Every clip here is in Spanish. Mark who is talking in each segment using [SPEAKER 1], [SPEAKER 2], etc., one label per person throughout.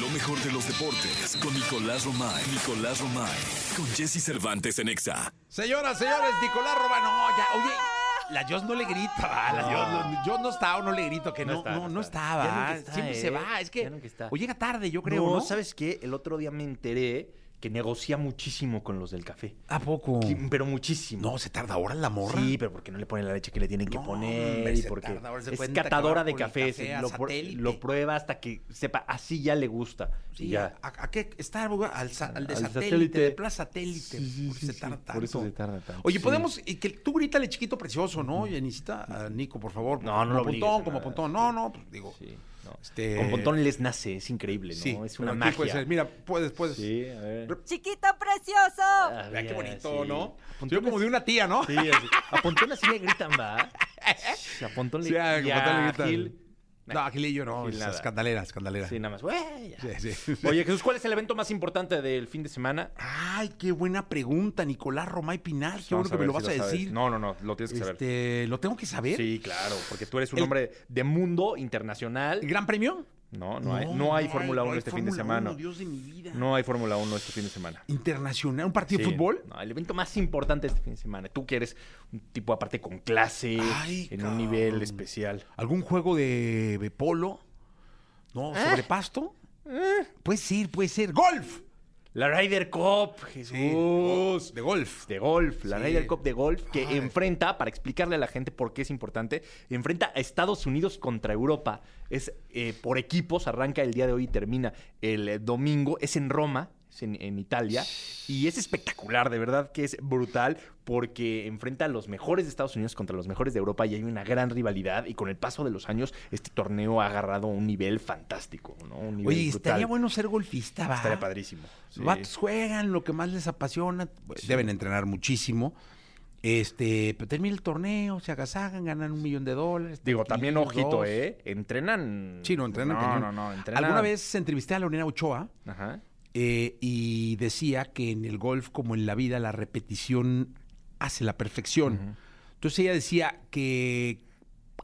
[SPEAKER 1] Lo mejor de los deportes con Nicolás Romay. Nicolás Romay. Con Jesse Cervantes en Exa.
[SPEAKER 2] Señoras, señores, Nicolás Romano. ya, oye, la Dios no le grita, va. La Dios, no, yo no estaba, no le grito, que no, no,
[SPEAKER 3] está,
[SPEAKER 2] no,
[SPEAKER 3] no está.
[SPEAKER 2] estaba.
[SPEAKER 3] Ya nunca está,
[SPEAKER 2] Siempre
[SPEAKER 3] ¿eh?
[SPEAKER 2] se va. Es que,
[SPEAKER 3] Ya nunca está.
[SPEAKER 2] o llega tarde, yo creo, ¿no?
[SPEAKER 3] ¿sabes qué? El otro día me enteré que negocia muchísimo con los del café.
[SPEAKER 2] ¿A poco?
[SPEAKER 3] Sí, Pero muchísimo.
[SPEAKER 2] No, se tarda ahora la morra.
[SPEAKER 3] Sí, pero porque no le ponen la leche que le tienen que
[SPEAKER 2] No,
[SPEAKER 3] poner
[SPEAKER 2] hombre,
[SPEAKER 3] y
[SPEAKER 2] se
[SPEAKER 3] porque
[SPEAKER 2] tarda, ahora se
[SPEAKER 3] es
[SPEAKER 2] cuenta que va
[SPEAKER 3] catadora de
[SPEAKER 2] por el
[SPEAKER 3] café,
[SPEAKER 2] café
[SPEAKER 3] se-
[SPEAKER 2] a
[SPEAKER 3] lo, pr-
[SPEAKER 2] satélite.
[SPEAKER 3] lo prueba hasta que sepa, así ya le gusta. y
[SPEAKER 2] Sí,
[SPEAKER 3] ya.
[SPEAKER 2] ¿a, a qué? Starbucks, al, sa- al de
[SPEAKER 3] Al
[SPEAKER 2] satélite,
[SPEAKER 3] satélite.
[SPEAKER 2] de Plaza Satélite.
[SPEAKER 3] Sí, sí,
[SPEAKER 2] porque
[SPEAKER 3] sí,
[SPEAKER 2] se
[SPEAKER 3] sí,
[SPEAKER 2] tarda
[SPEAKER 3] por eso
[SPEAKER 2] tanto.
[SPEAKER 3] se tarda tanto,
[SPEAKER 2] Oye,
[SPEAKER 3] sí.
[SPEAKER 2] podemos. Y que tú grítale chiquito precioso, ¿no, Yanisita? A Nico, por favor.
[SPEAKER 3] No, no
[SPEAKER 2] Como
[SPEAKER 3] lo obligues
[SPEAKER 2] Pontón,
[SPEAKER 3] a
[SPEAKER 2] como Pontón.
[SPEAKER 3] nada, sí.
[SPEAKER 2] No, no, pues, digo.
[SPEAKER 3] Sí, no.
[SPEAKER 2] Este-
[SPEAKER 3] Con Pontón les nace, es increíble, ¿no?
[SPEAKER 2] Sí,
[SPEAKER 3] es
[SPEAKER 2] pero
[SPEAKER 3] una
[SPEAKER 2] aquí pues, puede
[SPEAKER 3] magia.
[SPEAKER 2] ser. Mira, puedes, puedes.
[SPEAKER 3] Sí, a ver.
[SPEAKER 4] Chiquito precioso.
[SPEAKER 3] Ah,
[SPEAKER 2] Vea qué
[SPEAKER 3] mira,
[SPEAKER 2] bonito,
[SPEAKER 3] sí.
[SPEAKER 2] ¿no?
[SPEAKER 3] A
[SPEAKER 2] Yo
[SPEAKER 3] Pontón
[SPEAKER 2] como
[SPEAKER 3] les-
[SPEAKER 2] de una tía, ¿no?
[SPEAKER 3] Sí, así. A Pontón así le gritan, va. Sí, A Pontón le,
[SPEAKER 2] Sí, a-
[SPEAKER 3] y
[SPEAKER 2] como tal le
[SPEAKER 3] a
[SPEAKER 2] gritan.
[SPEAKER 3] Gil,
[SPEAKER 2] No, Agilillo no,
[SPEAKER 3] Gil
[SPEAKER 2] es
[SPEAKER 3] nada.
[SPEAKER 2] escandalera, escandalera.
[SPEAKER 3] Sí, nada más. "Güey", ya.
[SPEAKER 2] Sí, sí.
[SPEAKER 3] Oye, Jesús, ¿cuál es el evento más importante del fin de semana?
[SPEAKER 2] Ay, qué buena pregunta, Nicolás Romay Pinal. Qué
[SPEAKER 3] Vamos
[SPEAKER 2] bueno que me
[SPEAKER 3] ver
[SPEAKER 2] lo
[SPEAKER 3] si
[SPEAKER 2] vas a
[SPEAKER 3] sabes.
[SPEAKER 2] decir.
[SPEAKER 3] No, no, no, lo tienes que saber.
[SPEAKER 2] Este, ¿Lo tengo que saber?
[SPEAKER 3] Sí, claro, porque tú eres un
[SPEAKER 2] El-
[SPEAKER 3] hombre de mundo internacional.
[SPEAKER 2] ¿El Gran Premio?
[SPEAKER 3] No, no, hay, no hay Fórmula
[SPEAKER 2] no
[SPEAKER 3] 1
[SPEAKER 2] hay
[SPEAKER 3] este fin de
[SPEAKER 2] Fórmula
[SPEAKER 3] semana.
[SPEAKER 2] 1, Dios de mi vida.
[SPEAKER 3] No hay Fórmula 1 este fin de semana.
[SPEAKER 2] Internacional, un partido de
[SPEAKER 3] Sí,
[SPEAKER 2] fútbol.
[SPEAKER 3] No, el evento más importante este fin de semana. Tú que eres un tipo aparte con clase,
[SPEAKER 2] Ay,
[SPEAKER 3] en
[SPEAKER 2] cabrón.
[SPEAKER 3] un nivel especial.
[SPEAKER 2] ¿Algún juego de, de polo? No,
[SPEAKER 3] ¿Eh?
[SPEAKER 2] sobre pasto. Puede ser, puede ser. ¡Golf!
[SPEAKER 3] La Ryder Cup, Jesús.
[SPEAKER 2] Gol- de golf.
[SPEAKER 3] de golf, la
[SPEAKER 2] Sí.
[SPEAKER 3] Ryder Cup de golf, que
[SPEAKER 2] Ay.
[SPEAKER 3] enfrenta, para explicarle a la gente por qué es importante, enfrenta a Estados Unidos contra Europa. Es eh, por equipos, arranca el día de hoy y termina el eh, domingo. Es en Roma, es en, en Italia, y es espectacular, de verdad que es brutal, porque enfrenta a los mejores de Estados Unidos contra los mejores de Europa y hay una gran rivalidad. Y con el paso de los años, este torneo ha agarrado un nivel fantástico, ¿no? Un nivel
[SPEAKER 2] Oye, estaría
[SPEAKER 3] brutal.
[SPEAKER 2] bueno ser golfista, va.
[SPEAKER 3] Estaría padrísimo.
[SPEAKER 2] Los vatos juegan lo que más les apasiona. Deben entrenar muchísimo. Este, pero termina el torneo, se agasajan, ganan un millón de dólares.
[SPEAKER 3] Digo, también ojito,
[SPEAKER 2] dos.
[SPEAKER 3] ¿eh? Entrenan.
[SPEAKER 2] Sí, no, entrenan
[SPEAKER 3] No,
[SPEAKER 2] cañón.
[SPEAKER 3] no, no, entrenan.
[SPEAKER 2] Alguna vez entrevisté a Leonina Ochoa
[SPEAKER 3] Ajá.
[SPEAKER 2] eh, y decía que en el golf, como en la vida, la repetición hace la perfección. Entonces ella decía que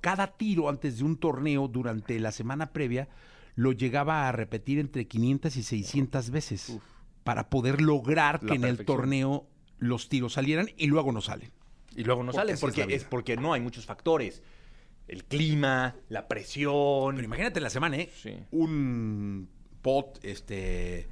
[SPEAKER 2] cada tiro antes de un torneo durante la semana previa lo llegaba a repetir entre 500 y 600 veces para poder lograr
[SPEAKER 3] La
[SPEAKER 2] que en el
[SPEAKER 3] perfección.
[SPEAKER 2] torneo los tiros salieran y luego no salen.
[SPEAKER 3] Y luego no
[SPEAKER 2] Porque
[SPEAKER 3] salen
[SPEAKER 2] así es
[SPEAKER 3] porque
[SPEAKER 2] la
[SPEAKER 3] es,
[SPEAKER 2] vida.
[SPEAKER 3] porque no hay muchos factores. El clima, la presión.
[SPEAKER 2] Pero imagínate la semana, ¿eh?
[SPEAKER 3] Sí.
[SPEAKER 2] Un pot, este,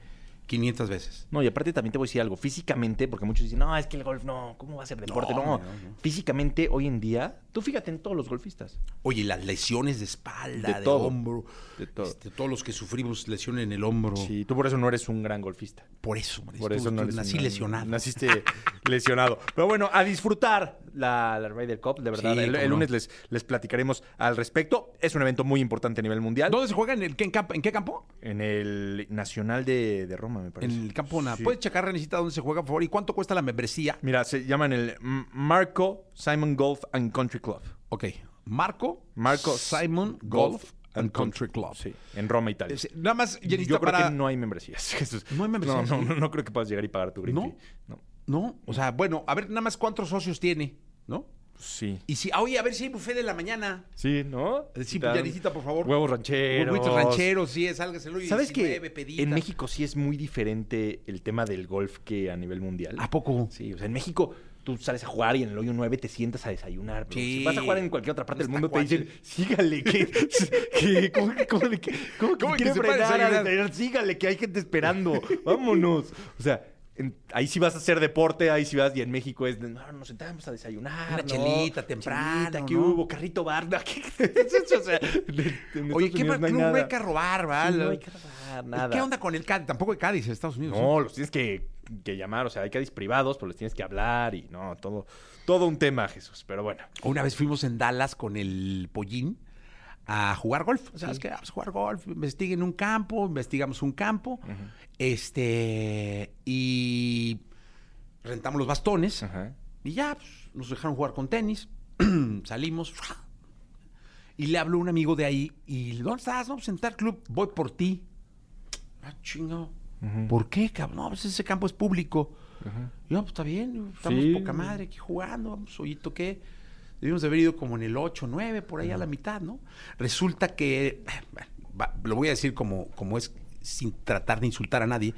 [SPEAKER 2] 500 veces.
[SPEAKER 3] No, y aparte también te voy a decir algo. Físicamente, porque muchos dicen, no, es que el golf no, ¿cómo va a ser deporte?
[SPEAKER 2] No,
[SPEAKER 3] No,
[SPEAKER 2] hombre, no, no.
[SPEAKER 3] Físicamente, hoy en día, tú fíjate en todos los golfistas.
[SPEAKER 2] Oye, las lesiones de espalda, de,
[SPEAKER 3] De todo.
[SPEAKER 2] hombro,
[SPEAKER 3] De todo.
[SPEAKER 2] este, todos los que sufrimos lesión en el hombro.
[SPEAKER 3] tú por eso no eres un gran golfista.
[SPEAKER 2] Por eso, hombre,
[SPEAKER 3] Por
[SPEAKER 2] estuvo-
[SPEAKER 3] eso no
[SPEAKER 2] estuvo-
[SPEAKER 3] eres
[SPEAKER 2] nací
[SPEAKER 3] un-
[SPEAKER 2] lesionado.
[SPEAKER 3] Naciste lesionado. Pero bueno, a disfrutar la, la Ryder Cup, de verdad.
[SPEAKER 2] Sí,
[SPEAKER 3] el,
[SPEAKER 2] cómo
[SPEAKER 3] el
[SPEAKER 2] no.
[SPEAKER 3] lunes les, les platicaremos al respecto. Es un evento muy importante a nivel mundial.
[SPEAKER 2] ¿Dónde se juega? ¿En, el, qué- en camp- en qué campo?
[SPEAKER 3] En el Nacional de, de Roma, me parece.
[SPEAKER 2] En el campo Ona.
[SPEAKER 3] Sí.
[SPEAKER 2] ¿Puedes checar, Renisita, dónde se juega, por favor? ¿Y cuánto cuesta la membresía?
[SPEAKER 3] Mira, se llaman el M- Marco Simon Golf and Country Club.
[SPEAKER 2] Ok. Marco.
[SPEAKER 3] Marco
[SPEAKER 2] Simon Golf and Country Club.
[SPEAKER 3] Sí, en Roma, Italia.
[SPEAKER 2] Es- Nada más, Yanisita,
[SPEAKER 3] Yo creo
[SPEAKER 2] para...
[SPEAKER 3] que no hay membresías. Jesús.
[SPEAKER 2] No hay membresías,
[SPEAKER 3] No, no,
[SPEAKER 2] ¿sí?
[SPEAKER 3] no, no creo que puedas llegar y pagar tu green
[SPEAKER 2] ¿No?
[SPEAKER 3] fee. No.
[SPEAKER 2] No, o sea, bueno, a ver nada más cuántos socios tiene, ¿no?
[SPEAKER 3] Sí.
[SPEAKER 2] Y si, ah, oye, a ver si hay buffet de la mañana.
[SPEAKER 3] Sí, ¿no?
[SPEAKER 2] Sí,
[SPEAKER 3] Te dan
[SPEAKER 2] Yanisita, por favor.
[SPEAKER 3] Huevos rancheros.
[SPEAKER 2] Huevitos rancheros, sí, es, sálgaselo. y
[SPEAKER 3] ¿Sabes
[SPEAKER 2] 19
[SPEAKER 3] que
[SPEAKER 2] peditas.
[SPEAKER 3] en México sí es muy diferente el tema del golf que a nivel mundial?
[SPEAKER 2] ¿A poco?
[SPEAKER 3] Sí, o sea, en México tú sales a jugar y en el hoyo 9 te sientas a desayunar. pero
[SPEAKER 2] Sí.
[SPEAKER 3] Si vas a jugar en cualquier otra parte del
[SPEAKER 2] Unos
[SPEAKER 3] mundo, te dicen,
[SPEAKER 2] tacuaches.
[SPEAKER 3] sígale, que, que- ¿cómo, que- cómo le- que- cómo que
[SPEAKER 2] ¿Cómo
[SPEAKER 3] se
[SPEAKER 2] que
[SPEAKER 3] quiere
[SPEAKER 2] se puede
[SPEAKER 3] frenar a
[SPEAKER 2] desayunar?
[SPEAKER 3] desayunar? Sígale, que hay gente esperando, vámonos. O sea, en- ahí sí vas a hacer deporte, ahí sí vas, y en México es, de, no, nos sentamos a desayunar.
[SPEAKER 2] Una
[SPEAKER 3] ¿no?
[SPEAKER 2] chelita temprano,
[SPEAKER 3] Chelita, ¿qué
[SPEAKER 2] ¿no?
[SPEAKER 3] hubo? Carrito barda, ¿qué es eso? O sea, en- en
[SPEAKER 2] Oye,
[SPEAKER 3] Estados
[SPEAKER 2] ¿qué
[SPEAKER 3] Unidos
[SPEAKER 2] no
[SPEAKER 3] no hay
[SPEAKER 2] no hay
[SPEAKER 3] nada.
[SPEAKER 2] que robar,
[SPEAKER 3] Sí,
[SPEAKER 2] ¿vale?
[SPEAKER 3] no hay que robar nada.
[SPEAKER 2] ¿Qué onda con el Cádiz? Tampoco el Cádiz en Estados Unidos. ¿eh?
[SPEAKER 3] No, los tienes que, que llamar, o sea, hay que privados, pero les tienes que hablar y no, todo, todo un tema, Jesús. Pero bueno,
[SPEAKER 2] Una vez fuimos en Dallas con el Pollín a jugar golf. ¿Sabes qué? Vamos a ah, pues, jugar golf, investiguen un campo, investigamos un campo. Este. Y rentamos los bastones.
[SPEAKER 3] Ajá.
[SPEAKER 2] Y ya, pues, nos dejaron jugar con tenis. Salimos. Y le habló un amigo de ahí. Y ¿dónde estás? No, pues en tal club. Voy por ti. Ah, chingo. ¿Por qué, cabrón? No, pues ese campo es público. Y yo, pues está bien. Estamos
[SPEAKER 3] Sí.
[SPEAKER 2] poca madre aquí jugando. Vamos, oye, ¿qué? Debimos haber ido como en el 8, 9, por ahí a la mitad, ¿no? Resulta que, bueno, va- lo voy a decir como, como es sin tratar de insultar a nadie,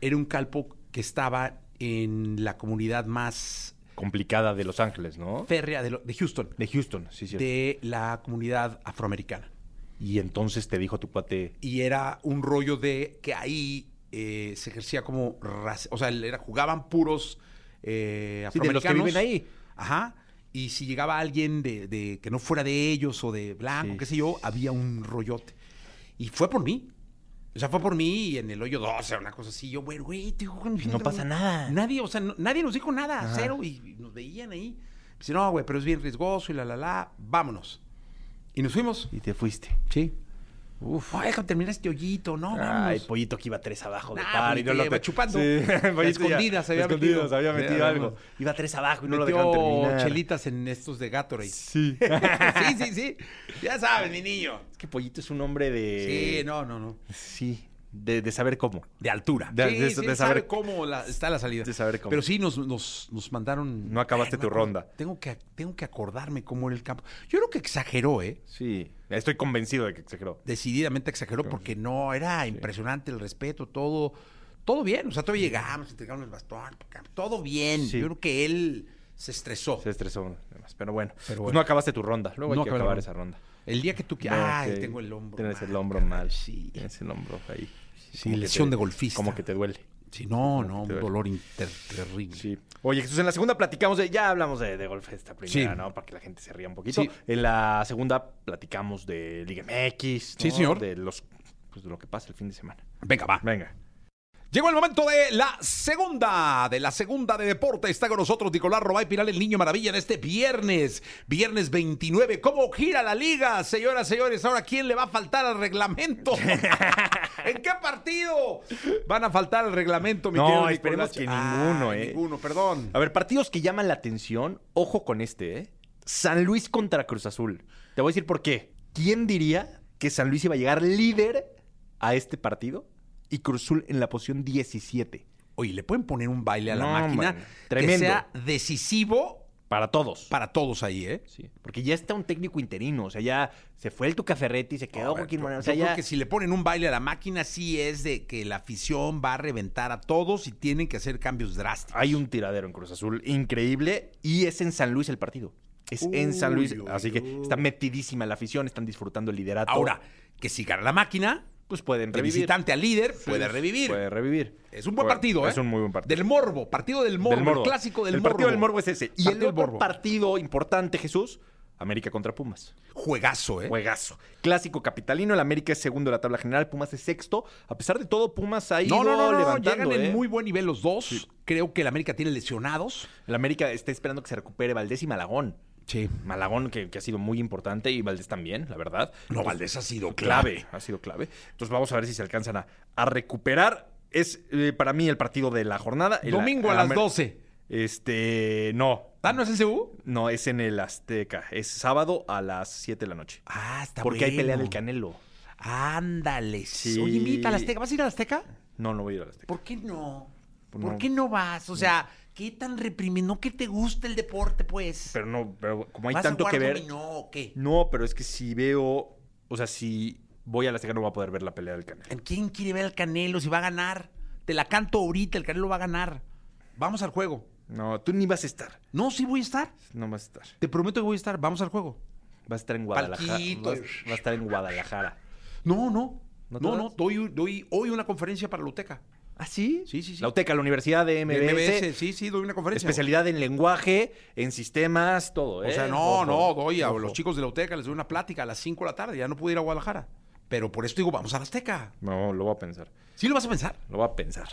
[SPEAKER 2] era un calpo que estaba en la comunidad más
[SPEAKER 3] Complicada de Los Ángeles, ¿no?
[SPEAKER 2] férrea de, lo- de Houston,
[SPEAKER 3] De Houston, sí, sí.
[SPEAKER 2] de la comunidad afroamericana.
[SPEAKER 3] Y entonces te dijo tu cuate.
[SPEAKER 2] y era un rollo de que ahí eh, se ejercía como raci- o sea era jugaban puros eh,
[SPEAKER 3] Sí, de los
[SPEAKER 2] afroamericanos
[SPEAKER 3] que viven ahí.
[SPEAKER 2] ajá y si llegaba alguien de, de- que no fuera de ellos o de blanco
[SPEAKER 3] Sí.
[SPEAKER 2] qué sé yo había un rollote y fue por mí o sea, fue por mí y en el hoyo 12, una cosa así. Yo, güey, güey, te digo,
[SPEAKER 3] no pasa nada.
[SPEAKER 2] Nadie, o sea, no- nadie nos dijo nada,
[SPEAKER 3] Ajá.
[SPEAKER 2] cero, y, y nos veían ahí. Dice, no, güey, pero es bien riesgoso y la, la, la, vámonos. Y nos fuimos.
[SPEAKER 3] Y te fuiste.
[SPEAKER 2] Sí. Uf. Ay, déjame terminar este hoyito, no,
[SPEAKER 3] Ay, pues,
[SPEAKER 2] vamos.
[SPEAKER 3] pollito que iba tres abajo de
[SPEAKER 2] Nah,
[SPEAKER 3] par y no
[SPEAKER 2] pollito
[SPEAKER 3] lo
[SPEAKER 2] ya iba chupando.
[SPEAKER 3] pollito ya-
[SPEAKER 2] Escondidas había
[SPEAKER 3] escondidas
[SPEAKER 2] metido.
[SPEAKER 3] había metido
[SPEAKER 2] Ya,
[SPEAKER 3] algo.
[SPEAKER 2] no.
[SPEAKER 3] Iba tres abajo y no
[SPEAKER 2] Metió
[SPEAKER 3] lo dejaron terminar.
[SPEAKER 2] chelitas en estos de Gatorade.
[SPEAKER 3] Sí.
[SPEAKER 2] sí, sí, sí. Ya sabes, mi niño.
[SPEAKER 3] Es que pollito es un hombre de
[SPEAKER 2] Sí, no, no, no.
[SPEAKER 3] Sí, de, de saber cómo.
[SPEAKER 2] De altura.
[SPEAKER 3] De-
[SPEAKER 2] sí,
[SPEAKER 3] de-
[SPEAKER 2] sí,
[SPEAKER 3] de
[SPEAKER 2] él
[SPEAKER 3] saber-
[SPEAKER 2] sabe cómo la- está la salida.
[SPEAKER 3] de saber cómo.
[SPEAKER 2] Pero sí, nos, nos, nos mandaron...
[SPEAKER 3] No acabaste tu
[SPEAKER 2] me
[SPEAKER 3] ronda.
[SPEAKER 2] acuerdo. Tengo que, tengo que acordarme cómo era el campo. Yo creo que exageró, ¿eh?
[SPEAKER 3] Sí, estoy convencido de que exageró.
[SPEAKER 2] decididamente exageró porque no, era impresionante el respeto, todo, todo bien. O sea, todo llegamos, entregamos el bastón, todo bien.
[SPEAKER 3] Sí.
[SPEAKER 2] Yo creo que él se estresó.
[SPEAKER 3] Se estresó. nada más. Pero bueno,
[SPEAKER 2] Pero
[SPEAKER 3] Pues
[SPEAKER 2] bueno.
[SPEAKER 3] no acabaste tu ronda. Luego
[SPEAKER 2] No
[SPEAKER 3] hay que
[SPEAKER 2] acabé la
[SPEAKER 3] acabar
[SPEAKER 2] ronda.
[SPEAKER 3] esa ronda.
[SPEAKER 2] El día que tú quieras.
[SPEAKER 3] No,
[SPEAKER 2] Ay,
[SPEAKER 3] que
[SPEAKER 2] tengo el hombro.
[SPEAKER 3] Tienes el
[SPEAKER 2] mal,
[SPEAKER 3] hombro
[SPEAKER 2] caray,
[SPEAKER 3] mal.
[SPEAKER 2] Sí.
[SPEAKER 3] Tienes el hombro ahí.
[SPEAKER 2] Sí,
[SPEAKER 3] Como que
[SPEAKER 2] lesión
[SPEAKER 3] te-
[SPEAKER 2] de golfista.
[SPEAKER 3] Como que te duele.
[SPEAKER 2] Sí, no, no,
[SPEAKER 3] te
[SPEAKER 2] un
[SPEAKER 3] duele.
[SPEAKER 2] dolor inter- terrible.
[SPEAKER 3] Sí. Oye, Jesús, en la segunda platicamos de. Ya hablamos de, de golf esta primera,
[SPEAKER 2] Sí.
[SPEAKER 3] ¿no? Para que la gente se ría un poquito.
[SPEAKER 2] Sí.
[SPEAKER 3] En la segunda platicamos de Liga MX. ¿no?
[SPEAKER 2] Sí, señor.
[SPEAKER 3] De los. Pues de lo que pasa el fin de semana.
[SPEAKER 2] Venga, va.
[SPEAKER 3] Venga.
[SPEAKER 2] Llegó el momento de la segunda, de la segunda de deporte. Está con nosotros Nicolás Robay Piral, el niño maravilla, en este viernes, viernes 29. ¿Cómo gira la liga, señoras, señores? Ahora, ¿quién le va a faltar al reglamento? ¿En qué partido van a faltar al reglamento, mi
[SPEAKER 3] No,
[SPEAKER 2] querido
[SPEAKER 3] esperemos
[SPEAKER 2] Nicolás?
[SPEAKER 3] que ninguno, ¿eh?
[SPEAKER 2] Ninguno, perdón.
[SPEAKER 3] A ver, partidos que llaman la atención. Ojo con este, ¿eh? San Luis contra Cruz Azul. Te voy a decir por qué. ¿Quién diría que San Luis iba a llegar líder a este partido y Cruz Azul en la posición 17?
[SPEAKER 2] Oye, ¿le pueden poner un baile a la
[SPEAKER 3] No,
[SPEAKER 2] máquina
[SPEAKER 3] man.
[SPEAKER 2] que
[SPEAKER 3] Tremendo.
[SPEAKER 2] sea decisivo
[SPEAKER 3] Para todos.
[SPEAKER 2] para todos ahí, eh?
[SPEAKER 3] Sí, porque ya está un técnico interino. O sea, ya se fue el Tuca Ferretti, se quedó
[SPEAKER 2] A ver,
[SPEAKER 3] Joaquín
[SPEAKER 2] yo-
[SPEAKER 3] Moreno. O
[SPEAKER 2] yo
[SPEAKER 3] sea,
[SPEAKER 2] creo
[SPEAKER 3] ya...
[SPEAKER 2] que si le ponen un baile a la máquina, sí es de que la afición va a reventar a todos y tienen que hacer cambios drásticos.
[SPEAKER 3] Hay un tiradero en Cruz Azul increíble y es en San Luis el partido. Es en San Luis,
[SPEAKER 2] Uy, uy,
[SPEAKER 3] así que
[SPEAKER 2] uy.
[SPEAKER 3] está metidísima la afición, están disfrutando el liderato.
[SPEAKER 2] Ahora, que si gana la máquina,
[SPEAKER 3] pues pueden
[SPEAKER 2] de
[SPEAKER 3] revivir.
[SPEAKER 2] visitante al líder,
[SPEAKER 3] Sí,
[SPEAKER 2] puede revivir.
[SPEAKER 3] Puede revivir.
[SPEAKER 2] Es un buen
[SPEAKER 3] Puede-
[SPEAKER 2] partido, ¿eh?
[SPEAKER 3] Es un muy buen partido.
[SPEAKER 2] Del morbo, partido del morbo, el clásico del
[SPEAKER 3] el
[SPEAKER 2] morbo.
[SPEAKER 3] partido del morbo es ese. Y el
[SPEAKER 2] Partido del
[SPEAKER 3] otro
[SPEAKER 2] morbo.
[SPEAKER 3] partido importante, Jesús, América contra Pumas.
[SPEAKER 2] Juegazo, ¿eh?
[SPEAKER 3] Juegazo. Clásico capitalino, el América es segundo de la tabla general, Pumas es sexto. A pesar de todo, Pumas ha ido
[SPEAKER 2] No, no, no, no,
[SPEAKER 3] levantando.
[SPEAKER 2] llegan
[SPEAKER 3] ¿eh?
[SPEAKER 2] en muy buen nivel los dos. Creo que el América tiene lesionados.
[SPEAKER 3] El América está esperando que se recupere Valdés y Malagón.
[SPEAKER 2] Sí.
[SPEAKER 3] Malagón, que, que ha sido muy importante, y Valdés también, la verdad.
[SPEAKER 2] No,
[SPEAKER 3] Entonces,
[SPEAKER 2] Valdés ha sido
[SPEAKER 3] clave.
[SPEAKER 2] clave.
[SPEAKER 3] Ha sido clave. Entonces vamos a ver si se alcanzan a, a recuperar. Es eh, para mí el partido de la jornada. El-
[SPEAKER 2] Domingo a
[SPEAKER 3] el
[SPEAKER 2] las
[SPEAKER 3] Amer-
[SPEAKER 2] 12.
[SPEAKER 3] Este, no.
[SPEAKER 2] ¿Ah, no es en CU?
[SPEAKER 3] No, es en el Azteca. Es sábado a las 7 de la noche.
[SPEAKER 2] Ah, está
[SPEAKER 3] Porque hay pelea del
[SPEAKER 2] canal.
[SPEAKER 3] Canelo.
[SPEAKER 2] Ándale.
[SPEAKER 3] Sí.
[SPEAKER 2] Oye, invita a la Azteca. ¿Vas a ir a la Azteca?
[SPEAKER 3] No, no voy a ir al Azteca.
[SPEAKER 2] ¿Por qué no?
[SPEAKER 3] Pues
[SPEAKER 2] ¿Por
[SPEAKER 3] no.
[SPEAKER 2] qué no vas? O sea, ¿qué tan reprimido? No que te guste el deporte, pues.
[SPEAKER 3] Pero no, pero como hay
[SPEAKER 2] ¿Vas a
[SPEAKER 3] tanto que
[SPEAKER 2] jugar
[SPEAKER 3] ver.
[SPEAKER 2] dominó o qué?
[SPEAKER 3] No, pero es que si veo, o sea, si voy al Azteca no voy a poder ver la pelea del Canelo.
[SPEAKER 2] ¿Quién quiere ver al Canelo si va a ganar? Te la canto ahorita, el Canelo va a ganar. Vamos al juego.
[SPEAKER 3] No, tú ni vas a estar.
[SPEAKER 2] No, sí voy a estar.
[SPEAKER 3] No vas a estar.
[SPEAKER 2] Te prometo que voy a estar. Vamos al juego.
[SPEAKER 3] Vas a estar en Guadalajara.
[SPEAKER 2] Palquito.
[SPEAKER 3] Vas, vas a estar en Guadalajara.
[SPEAKER 2] No, no. No,
[SPEAKER 3] ¿No te
[SPEAKER 2] no,
[SPEAKER 3] vas?
[SPEAKER 2] doy, doy hoy una conferencia para la Luteca.
[SPEAKER 3] ¿Ah, sí?
[SPEAKER 2] Sí, sí, sí.
[SPEAKER 3] La UTECA, la Universidad de MBS.
[SPEAKER 2] MBS, sí, sí, doy una conferencia.
[SPEAKER 3] Especialidad en lenguaje, en sistemas, todo, ¿eh?
[SPEAKER 2] O sea, no,
[SPEAKER 3] Ojo,
[SPEAKER 2] no, doy a
[SPEAKER 3] ojo.
[SPEAKER 2] los chicos de la Azteca, les doy una plática a las 5 de la tarde, ya no pude ir a Guadalajara. Pero por eso digo, vamos a la Azteca.
[SPEAKER 3] No, lo voy a pensar.
[SPEAKER 2] ¿Sí lo vas a pensar?
[SPEAKER 3] Lo voy a pensar.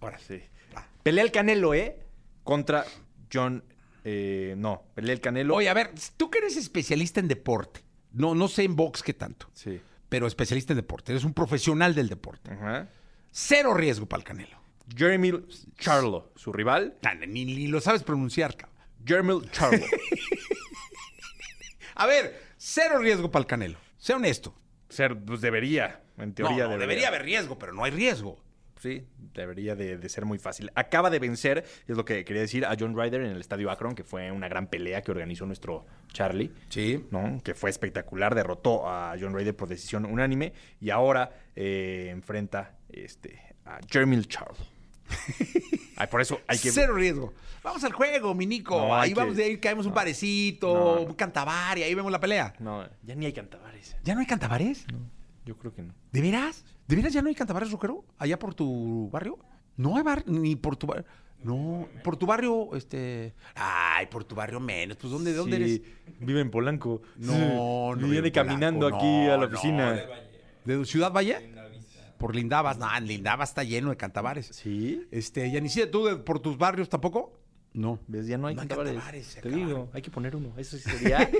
[SPEAKER 2] Ahora
[SPEAKER 3] Sí.
[SPEAKER 2] Va.
[SPEAKER 3] Pelea el Canelo, ¿eh? Contra John. eh, no, pelea el Canelo.
[SPEAKER 2] Oye, a ver, tú que eres especialista en deporte, no, no sé en box qué tanto,
[SPEAKER 3] Sí.
[SPEAKER 2] pero especialista en deporte, eres un profesional del deporte.
[SPEAKER 3] Ajá.
[SPEAKER 2] Cero riesgo para el Canelo.
[SPEAKER 3] Jeremy Charlo, su rival.
[SPEAKER 2] Ah, Ni, ni lo sabes pronunciar, cabrón.
[SPEAKER 3] Jeremy Charlo.
[SPEAKER 2] A ver, cero riesgo para el Canelo. Sea honesto.
[SPEAKER 3] Ser, pues debería, en teoría
[SPEAKER 2] No, no, debería haber riesgo, pero no hay riesgo.
[SPEAKER 3] sí, debería de, de ser muy fácil. Acaba de vencer, es lo que quería decir, a John Ryder en el Estadio Akron, que fue una gran pelea que organizó nuestro Charlie.
[SPEAKER 2] Sí.
[SPEAKER 3] ¿no? Que fue espectacular, derrotó a John Ryder por decisión unánime y ahora eh, enfrenta este, a Jeremy Charles. Ay, por eso hay que...
[SPEAKER 2] Cero riesgo. Vamos al juego, mi Nico.
[SPEAKER 3] No, hay
[SPEAKER 2] ahí vamos
[SPEAKER 3] que-
[SPEAKER 2] de ahí, caemos un parecito,
[SPEAKER 3] No, no.
[SPEAKER 2] un cantabar y ahí vemos la pelea.
[SPEAKER 3] No, ya ni hay cantabares.
[SPEAKER 2] ¿Ya no hay cantabares?
[SPEAKER 3] Yo creo que no.
[SPEAKER 2] ¿De veras? ¿De veras ya no hay cantabares, Roquero? ¿Allá por tu barrio? No hay bar, ni por tu barrio. No, por tu barrio, este. Ay, por tu barrio menos. Pues ¿dónde, de dónde
[SPEAKER 3] Sí,
[SPEAKER 2] eres?
[SPEAKER 3] Vive en Polanco.
[SPEAKER 2] No,
[SPEAKER 3] Sí,
[SPEAKER 2] no vive
[SPEAKER 3] Viene
[SPEAKER 2] en Polanco,
[SPEAKER 3] caminando
[SPEAKER 2] no,
[SPEAKER 3] aquí a
[SPEAKER 2] no.
[SPEAKER 3] la oficina.
[SPEAKER 2] ¿De Ciudad Valle? Por Lindavas. No, en Lindavas está lleno de cantabares.
[SPEAKER 3] Sí.
[SPEAKER 2] Este, Yanisida, ¿tú de- por tus barrios tampoco? No.
[SPEAKER 3] ¿Ves? Ya no hay
[SPEAKER 2] No hay
[SPEAKER 3] cantabares.
[SPEAKER 2] cantabares, se
[SPEAKER 3] Te
[SPEAKER 2] acabaron.
[SPEAKER 3] digo, hay que poner uno. Eso sí sería.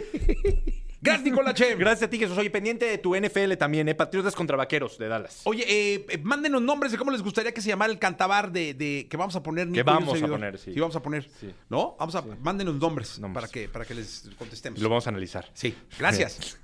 [SPEAKER 2] Gracias, Nicolache.
[SPEAKER 3] Gracias a ti, Jesús. Oye, pendiente de tu NFL también, ¿eh? Patriotas contra vaqueros de Dallas.
[SPEAKER 2] Oye, eh, eh, mándenos nombres de cómo les gustaría que se llamara el cantabar de, de- que vamos a poner. Nico, y un
[SPEAKER 3] vamos a
[SPEAKER 2] servidor.
[SPEAKER 3] poner, sí.
[SPEAKER 2] vamos a poner.
[SPEAKER 3] Sí.
[SPEAKER 2] ¿No? Vamos a, mándenos nombres,
[SPEAKER 3] Nombres.
[SPEAKER 2] Para, que, para que les contestemos.
[SPEAKER 3] Lo vamos a analizar.
[SPEAKER 2] Sí, gracias.